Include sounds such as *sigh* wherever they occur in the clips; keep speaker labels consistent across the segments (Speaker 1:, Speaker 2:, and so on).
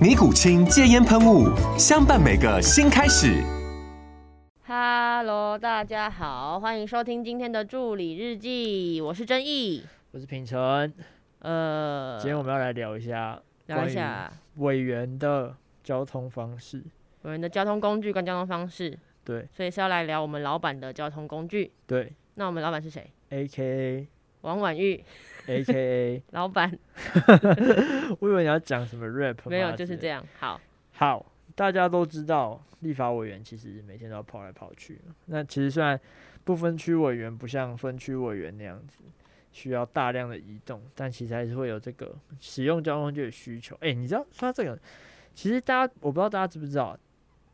Speaker 1: 尼古清戒烟喷雾，相伴每个新开始。
Speaker 2: Hello，大家好，欢迎收听今天的助理日记，我是真毅。
Speaker 3: 我是平成，
Speaker 2: 呃，
Speaker 3: 今天我们要来聊一下
Speaker 2: 聊一下
Speaker 3: 委员的交通方式。
Speaker 2: 我们的交通工具跟交通方式，
Speaker 3: 对
Speaker 2: 所以是要来聊我们老板的交通工具。
Speaker 3: 对
Speaker 2: 那我们老板是谁？
Speaker 3: ，A K
Speaker 2: 王婉玉
Speaker 3: A
Speaker 2: *laughs*
Speaker 3: A K
Speaker 2: 老板
Speaker 3: A，我以为你要讲什么 rap，
Speaker 2: 没有，就是这
Speaker 3: 样。
Speaker 2: 样。好，
Speaker 3: 好，大家都知道，立法委员其实每天都要跑来跑去嘛。那其实虽然不分区委员不像分区委员那样子需要大量的移动，但其实还是会有这个使用交通工具的需求。诶，你知道说到这个，其实大家我不知道大家知不知道，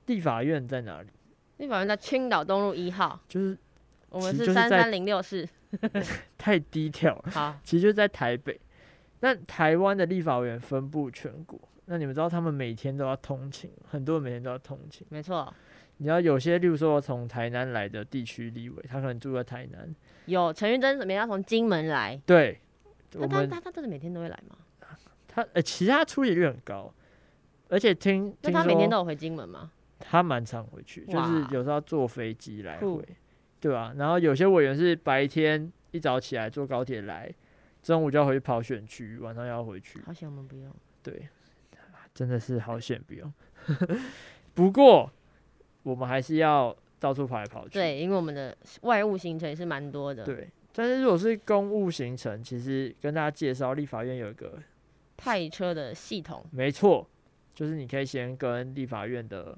Speaker 3: 立法院在哪里？
Speaker 2: 立法院在青岛东路一号，
Speaker 3: 就是
Speaker 2: 我们
Speaker 3: 其实
Speaker 2: 是
Speaker 3: 就是
Speaker 2: 三
Speaker 3: 在
Speaker 2: 三零六室。
Speaker 3: 太低调了。
Speaker 2: 好，
Speaker 3: 其实就在台北。那台湾的立法委员分布全国，那你们知道他们每天都要通勤，很多人每天都要通勤。
Speaker 2: 没错，
Speaker 3: 你知道有些，例如说从台南来的地区立委，他可能住在台南，
Speaker 2: 有陈玉珍每天要从金门来，
Speaker 3: 对，
Speaker 2: 那
Speaker 3: 我
Speaker 2: 他
Speaker 3: 们
Speaker 2: 他他真的每天都会来吗？
Speaker 3: 他呃，其实他出席率很高，而且听
Speaker 2: 那
Speaker 3: 听
Speaker 2: 他每天都
Speaker 3: 说
Speaker 2: 有回金门吗？
Speaker 3: 他蛮常回去，就
Speaker 2: 哇
Speaker 3: 是有时候要坐飞机来
Speaker 2: 酷
Speaker 3: 回，对啊，然后有些委员是白天一早起来坐高铁来，中午就要回去跑选区，晚上要回去，
Speaker 2: 好险我们不用。
Speaker 3: 对，真的是好险不用。 *laughs* 不过我们还是要到处跑来跑去。
Speaker 2: 对，因为我们的外务行程也是蛮多的。
Speaker 3: 对但是如果是公务行程，其实跟大家介绍，立法院有一个
Speaker 2: 派车的系统，
Speaker 3: 没错，就是你可以先跟立法院的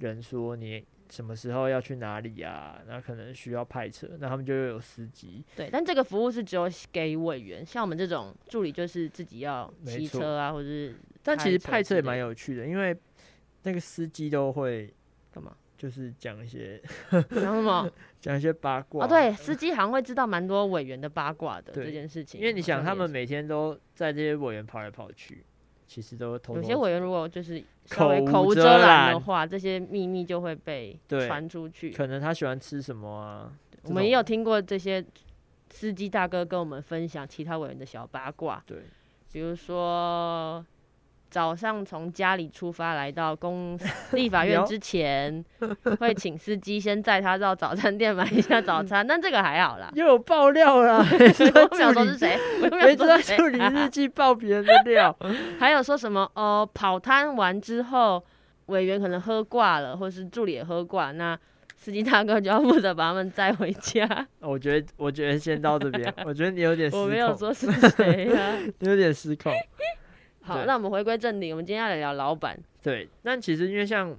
Speaker 3: 人说你什么时候要去哪里啊，那可能需要派车，那他们就有司机。
Speaker 2: 对，但这个服务是只有给委员，像我们这种助理就是自己要
Speaker 3: 没
Speaker 2: 骑
Speaker 3: 错
Speaker 2: 车啊，或者是
Speaker 3: 但其实
Speaker 2: 派车
Speaker 3: 派车
Speaker 2: 之
Speaker 3: 也
Speaker 2: 类
Speaker 3: 蛮
Speaker 2: 的
Speaker 3: 有趣的，因为那个司机都会
Speaker 2: 干嘛？
Speaker 3: 就是讲一些 *laughs*
Speaker 2: 然后什么？
Speaker 3: 讲一些八卦。
Speaker 2: 哦，对，司机好像会知道蛮多委员的八卦的这
Speaker 3: 对
Speaker 2: 件事情，
Speaker 3: 因为你
Speaker 2: 好
Speaker 3: 想，
Speaker 2: 像
Speaker 3: 他
Speaker 2: 也
Speaker 3: 们
Speaker 2: 是
Speaker 3: 每天都在这些委员跑来跑去，其实都偷偷
Speaker 2: 有些委员如果就是稍微
Speaker 3: 口无
Speaker 2: 口无
Speaker 3: 遮
Speaker 2: 遮拦的
Speaker 3: 拦
Speaker 2: 话，这些秘密就会被
Speaker 3: 对
Speaker 2: 传出去。
Speaker 3: 可能他喜欢吃什么啊？
Speaker 2: 我
Speaker 3: 这
Speaker 2: 们也有
Speaker 3: 种
Speaker 2: 听过这些司机大哥跟我们分享其他委员的小八卦， *laughs*
Speaker 3: 对
Speaker 2: 比如说早上从家里出发来到公司立法院
Speaker 3: 有。
Speaker 2: 之前，会请司机先载他到早餐店买一下早餐，但这个还好啦 *laughs*
Speaker 3: 又有爆料啦，
Speaker 2: 啊我没有说
Speaker 3: 助理
Speaker 2: 是谁，我没
Speaker 3: 没
Speaker 2: 有
Speaker 3: 知
Speaker 2: 说
Speaker 3: 道
Speaker 2: 是
Speaker 3: 处理
Speaker 2: 谁。啊
Speaker 3: 日记爆别人的
Speaker 2: *laughs*
Speaker 3: 料，
Speaker 2: 还有说什么哦，跑摊完之后，委员可能喝挂了，或是助理也喝挂，那司机大哥就要负责把他们载回家。
Speaker 3: 我觉得我觉得先到这边，我觉得你有点失控，
Speaker 2: 我没有说是谁
Speaker 3: *laughs*
Speaker 2: 啊。
Speaker 3: 你有点失控。
Speaker 2: 好，
Speaker 3: 对
Speaker 2: 那我们回归正题，我们今天要来聊老板。
Speaker 3: 对，但其实因为像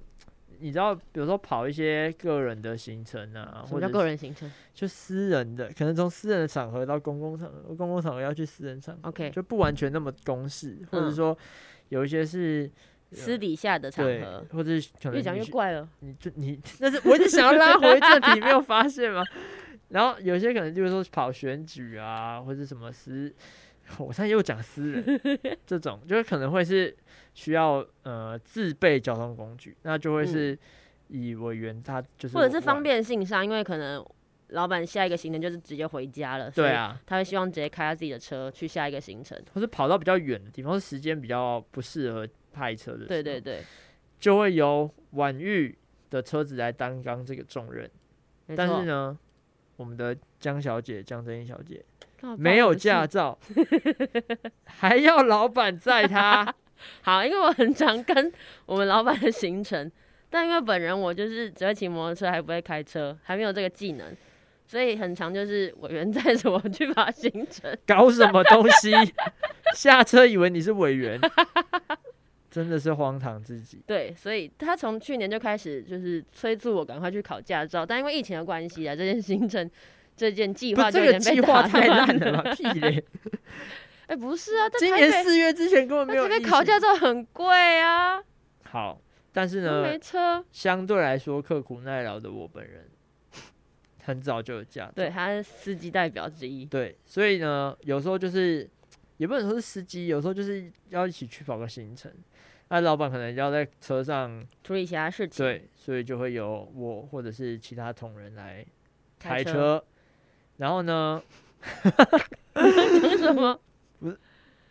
Speaker 3: 你知道，比如说跑一些个人的行程啊，
Speaker 2: 什
Speaker 3: 或
Speaker 2: 么
Speaker 3: 者
Speaker 2: 叫个人行程？
Speaker 3: 就私人的，可能从私人的场合到公共场合，公共场合要去私人场合
Speaker 2: OK
Speaker 3: 就不完全那么公事，或者
Speaker 2: 嗯
Speaker 3: 说有一些是呃
Speaker 2: 私底下的场
Speaker 3: 对
Speaker 2: 合，，
Speaker 3: 或者是可能
Speaker 2: 越讲
Speaker 3: 你
Speaker 2: 越
Speaker 3: 去
Speaker 2: 怪
Speaker 3: *laughs*
Speaker 2: 了。
Speaker 3: 你就
Speaker 2: *laughs*
Speaker 3: 你，但 *laughs* 是我一直想要拉回正题，没有发现吗？ *laughs* 然后有些可能就是说跑选举啊，或者什么私，我现在又讲私人
Speaker 2: *laughs*
Speaker 3: 这种，就是可能会是需要呃自备交通工具，那就会是以委员他就是
Speaker 2: 嗯或者是
Speaker 3: 外
Speaker 2: 方，便性上，因为可能老板下一个行程就是直接回家了，
Speaker 3: 对，啊，
Speaker 2: 他会希望直接开他自己的车去下一个行程。
Speaker 3: 或是跑到比较远的地方，时间比较不适合派车的，
Speaker 2: 对对，对，
Speaker 3: 就会由婉玉的车子来担纲这个重任，
Speaker 2: 没
Speaker 3: 但是
Speaker 2: 错。
Speaker 3: 呢，我们的江小姐江真英小姐。
Speaker 2: 干嘛
Speaker 3: 没
Speaker 2: 报我
Speaker 3: 有
Speaker 2: 的
Speaker 3: 驾
Speaker 2: 姓
Speaker 3: 照， *laughs* 还要老板载他。
Speaker 2: 好，因为我很常跟我们老板的行程，但因为本人我就是只会骑摩托车，还不会开车，还没有这个技能，所以很常就是委员载着我去爬行程。
Speaker 3: *laughs* 搞什么东西？ *laughs* 下车以为你是委员， *laughs* 真的是荒唐至极。
Speaker 2: 对，所以他从去年就开始就是催促我赶快去考驾照，但因为疫情的关系啊，这件行程这件计
Speaker 3: 不
Speaker 2: 划
Speaker 3: 是
Speaker 2: 就
Speaker 3: 这
Speaker 2: 有
Speaker 3: 个
Speaker 2: 点被
Speaker 3: 计划
Speaker 2: 打
Speaker 3: 太
Speaker 2: 乱
Speaker 3: 烂了吧？屁嘞！
Speaker 2: *laughs* 哎、不是啊，但
Speaker 3: 今
Speaker 2: 台
Speaker 3: 年
Speaker 2: 北
Speaker 3: 四月之前根本没
Speaker 2: 那
Speaker 3: 有
Speaker 2: 台北
Speaker 3: 疫
Speaker 2: 考
Speaker 3: 情
Speaker 2: 驾照很贵啊，
Speaker 3: 好，但
Speaker 2: 又
Speaker 3: 是呢，
Speaker 2: 没车。
Speaker 3: 相对来说刻苦耐劳的我本人，很早就有驾照。
Speaker 2: 对，他是司机代表之一。
Speaker 3: 对，所以呢，有时候就是也不能说是司机，有时候就是要一起去跑个行程。那老板可能要在车上，
Speaker 2: 处理其他事情。
Speaker 3: 对，所以就会由我或者是其他同仁来
Speaker 2: 开
Speaker 3: 开
Speaker 2: 车
Speaker 3: 车。然后
Speaker 2: *laughs*
Speaker 3: 呢， *laughs*
Speaker 2: 为什么？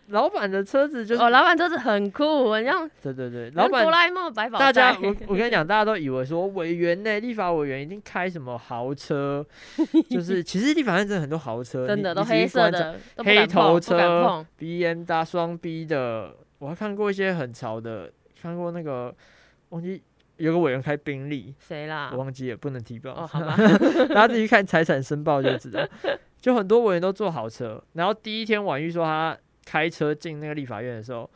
Speaker 3: 老板的车子就是、
Speaker 2: 哦，老板车子很酷，很像
Speaker 3: 对对对，老
Speaker 2: 像
Speaker 3: 板
Speaker 2: 哆啦 A 梦的百宝
Speaker 3: 大家，
Speaker 2: 袋。 *laughs*
Speaker 3: 我我跟你讲，大家都以为说委员呢，立法委员一定开什么豪车，
Speaker 2: *laughs*
Speaker 3: 就是其实立法院真的很多豪车，
Speaker 2: 真
Speaker 3: 你
Speaker 2: 的
Speaker 3: 你
Speaker 2: 都
Speaker 3: 仔细
Speaker 2: 黑色
Speaker 3: 观察
Speaker 2: 的，都不
Speaker 3: 黑
Speaker 2: 敢碰不
Speaker 3: 头
Speaker 2: 敢
Speaker 3: 车
Speaker 2: 碰。
Speaker 3: ，B M 搭双 B 的，我还看过一些很潮的，看过那个忘记有个委员开宾利，
Speaker 2: 谁啦
Speaker 3: 我？忘记也不能提报，
Speaker 2: 啊哦，好吧，
Speaker 3: 大家自己去看财产申报就
Speaker 2: *laughs*
Speaker 3: 知道。就很多委员都坐豪车，然后第一天婉玉说她开车进那个立法院的时候，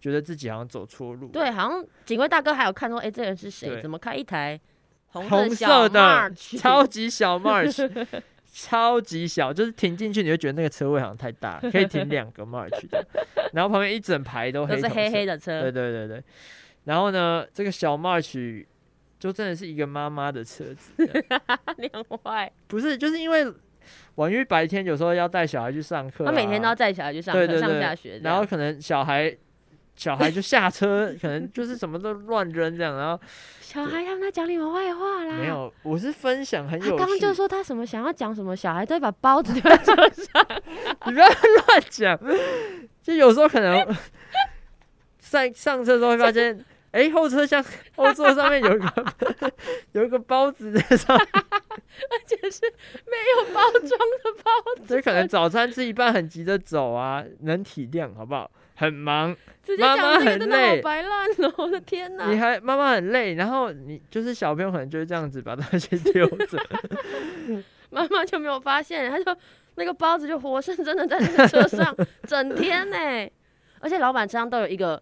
Speaker 3: 觉得自己好像走错路，
Speaker 2: 对，好像警卫大哥还有看说，哎，这人是谁？
Speaker 3: 对
Speaker 2: 怎么开一台红
Speaker 3: 红
Speaker 2: 色
Speaker 3: 色
Speaker 2: 小
Speaker 3: 的
Speaker 2: March？
Speaker 3: 超级
Speaker 2: *laughs*
Speaker 3: 小 March，超级小，就是停进去你会觉得那个车位好像太大了，可以停两个
Speaker 2: *laughs*
Speaker 3: March 的，然后旁边一整排都
Speaker 2: 都
Speaker 3: 黑
Speaker 2: 是
Speaker 3: 头
Speaker 2: 黑
Speaker 3: 车
Speaker 2: 黑的车 *laughs*
Speaker 3: 对，对对对。然后呢，这个小 March 就真的是一个妈妈的车子，
Speaker 2: 亮坏。
Speaker 3: 不是就是因为婉玉白天有时候要带小孩去上课、啊，
Speaker 2: 他每天都要载小孩去上
Speaker 3: 对
Speaker 2: 课、
Speaker 3: 对
Speaker 2: 上
Speaker 3: 对
Speaker 2: 下学这
Speaker 3: 然
Speaker 2: 样，
Speaker 3: 后可能小孩。小孩就下车，
Speaker 2: *laughs*
Speaker 3: 可能就是什么都乱扔这样，然后
Speaker 2: 小孩让他讲你们坏话啦。
Speaker 3: 没有，我是分享很
Speaker 2: 他
Speaker 3: 有
Speaker 2: 刚刚
Speaker 3: 趣，
Speaker 2: 就说他什么想要讲什么，小孩都会把包子丢在车上。
Speaker 3: *laughs* 你不要乱讲，就有时候可能在上车的时候会发现，哎、后车厢后座上面有一个有一个包子在上
Speaker 2: 就是没有包装的包，
Speaker 3: 所以可能早餐吃一半很急着走啊，能体谅好不好？很忙，
Speaker 2: 直接
Speaker 3: 妈妈
Speaker 2: 讲这个
Speaker 3: 很
Speaker 2: 真的好
Speaker 3: 累
Speaker 2: 白烂哦！我的天
Speaker 3: 你
Speaker 2: 哪，
Speaker 3: 还妈妈很累，然后你就是小朋友可能就会这样子把东西丢着，
Speaker 2: 妈妈就没有发现，她就那个包子就活生生的在那个车上整天呢、而且老板身上都有一个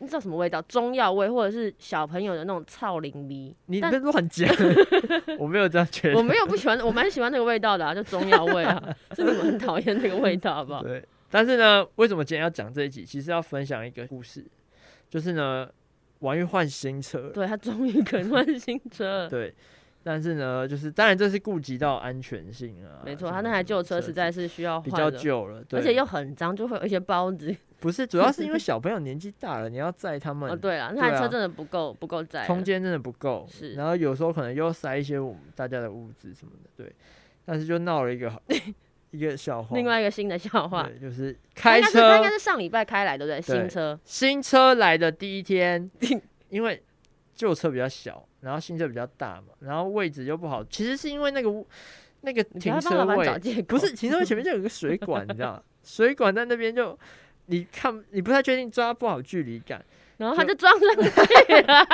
Speaker 2: 那叫什么味道，中药味或者是小朋友的那种草林味。
Speaker 3: 你
Speaker 2: 但
Speaker 3: 别乱讲，我没有这样觉
Speaker 2: 我
Speaker 3: 得。
Speaker 2: 没有不喜欢，我蛮喜欢那个味道的、啊，就中药味啊，是你们很讨厌那个味道，好不好？
Speaker 3: 对，但是呢，为什么今天要讲这一集？其实要分享一个故事，就是呢，王玉换新车了，
Speaker 2: 对他终于肯换新车 *laughs* 了，
Speaker 3: 对，但是呢，就是当然这是顾及到安全性啊，
Speaker 2: 没错，
Speaker 3: 什
Speaker 2: 他
Speaker 3: 么
Speaker 2: 那
Speaker 3: 什
Speaker 2: 台
Speaker 3: 么
Speaker 2: 旧车实在
Speaker 3: 子
Speaker 2: 是需要
Speaker 3: 比
Speaker 2: 换
Speaker 3: 较
Speaker 2: 了，
Speaker 3: 旧了，对，
Speaker 2: 而且又很脏，就会有一些包子
Speaker 3: 不是，主要是因为小朋友年纪大了，你要载他们，
Speaker 2: 哦，对了，那
Speaker 3: 对
Speaker 2: 台车
Speaker 3: 啊
Speaker 2: 真的不够不够载了，
Speaker 3: 空间真的不够，
Speaker 2: 是
Speaker 3: 然后有时候可能又塞一些我们大家的物资什么的，对。但是就闹了
Speaker 2: *laughs*
Speaker 3: 一个一个笑话，
Speaker 2: 另外一个新的笑话，
Speaker 3: 对，就是
Speaker 2: 它
Speaker 3: 开
Speaker 2: 应该是它应该是
Speaker 3: 车
Speaker 2: 上礼拜开来，对不对？新车
Speaker 3: 新车来的第一
Speaker 2: *laughs*
Speaker 3: 天，因为旧车比较小，然后新车比较大嘛，然后位置又不好，其实是因为那个屋那个
Speaker 2: 你不要帮
Speaker 3: 停车
Speaker 2: 老板找
Speaker 3: 位
Speaker 2: 借口，
Speaker 3: 不是停车位前面就有个水管，你知道吗，水管在那边就你看你不太确定抓不好距离感。
Speaker 2: 然后他
Speaker 3: 就
Speaker 2: 就撞上
Speaker 3: *laughs*
Speaker 2: 去了，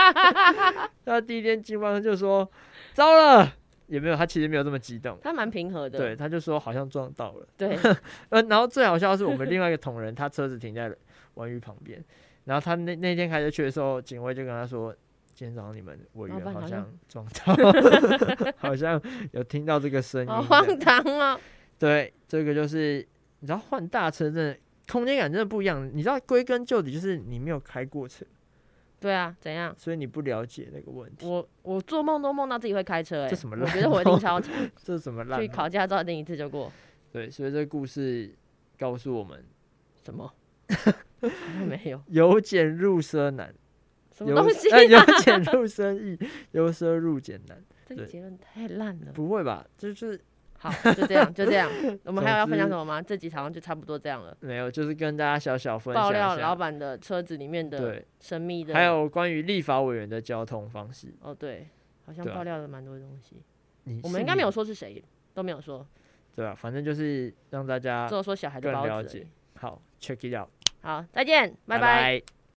Speaker 3: 他第一天进班就说糟了，也没有，他其实没有这么激动。
Speaker 2: 他蛮平和的，
Speaker 3: 对，他就说好像撞到了，
Speaker 2: 对，
Speaker 3: 呃，然后最好笑的是我们另外一个同仁，他车子停在王宇旁边，然后他那那天开车去的时候，警卫就跟他说，今天早上你们委
Speaker 2: 老
Speaker 3: 员
Speaker 2: 板
Speaker 3: 好
Speaker 2: 好
Speaker 3: 像
Speaker 2: 像
Speaker 3: 撞到， *laughs* 好像有听到这个声音
Speaker 2: 好
Speaker 3: 这
Speaker 2: 荒
Speaker 3: 样，
Speaker 2: 唐哦，
Speaker 3: 对，这个就是你知道换大车真的空间感真的不一样，你知道归根究底就是你没有开过车，
Speaker 2: 对啊，怎样？
Speaker 3: 所以你不了解那个问题，
Speaker 2: 我我做梦都梦到自己会开车，哎
Speaker 3: 这什么，
Speaker 2: 我
Speaker 3: 烂
Speaker 2: 觉得我一定超强，
Speaker 3: 这是什么烂啊
Speaker 2: 去
Speaker 3: 梦
Speaker 2: 考驾照一定一次就过，
Speaker 3: 对，所以这个故事告诉我们，
Speaker 2: 什么？好像没有
Speaker 3: 由俭入奢难，
Speaker 2: 什么
Speaker 3: 由
Speaker 2: 东西
Speaker 3: 哎由
Speaker 2: 啊，
Speaker 3: 俭入奢易，由奢入俭难。
Speaker 2: 这个结论太烂了。
Speaker 3: 不会吧？就是
Speaker 2: 好，就这样，就这样。
Speaker 3: *laughs*
Speaker 2: 我们还有要分享
Speaker 3: 总之
Speaker 2: 什么吗？这集好像就差不多这样了。
Speaker 3: 没有，就是跟大家小小分享
Speaker 2: 爆料
Speaker 3: 一
Speaker 2: 老
Speaker 3: 下。
Speaker 2: 板的车子里面的
Speaker 3: 对，
Speaker 2: 神秘的，
Speaker 3: 还有关于立法委员的交通方式，
Speaker 2: 哦，对，好像
Speaker 3: 对啊
Speaker 2: 爆料了蛮多东西。
Speaker 3: 你
Speaker 2: 我
Speaker 3: 是
Speaker 2: 们应该没有
Speaker 3: 你
Speaker 2: 说是谁，都没有说，
Speaker 3: 对吧、反正就是让大家
Speaker 2: 只有说小孩的
Speaker 3: 更
Speaker 2: 包
Speaker 3: 啊了
Speaker 2: 子而已
Speaker 3: 解。。好，check it out，
Speaker 2: 好，再见，拜拜
Speaker 3: 拜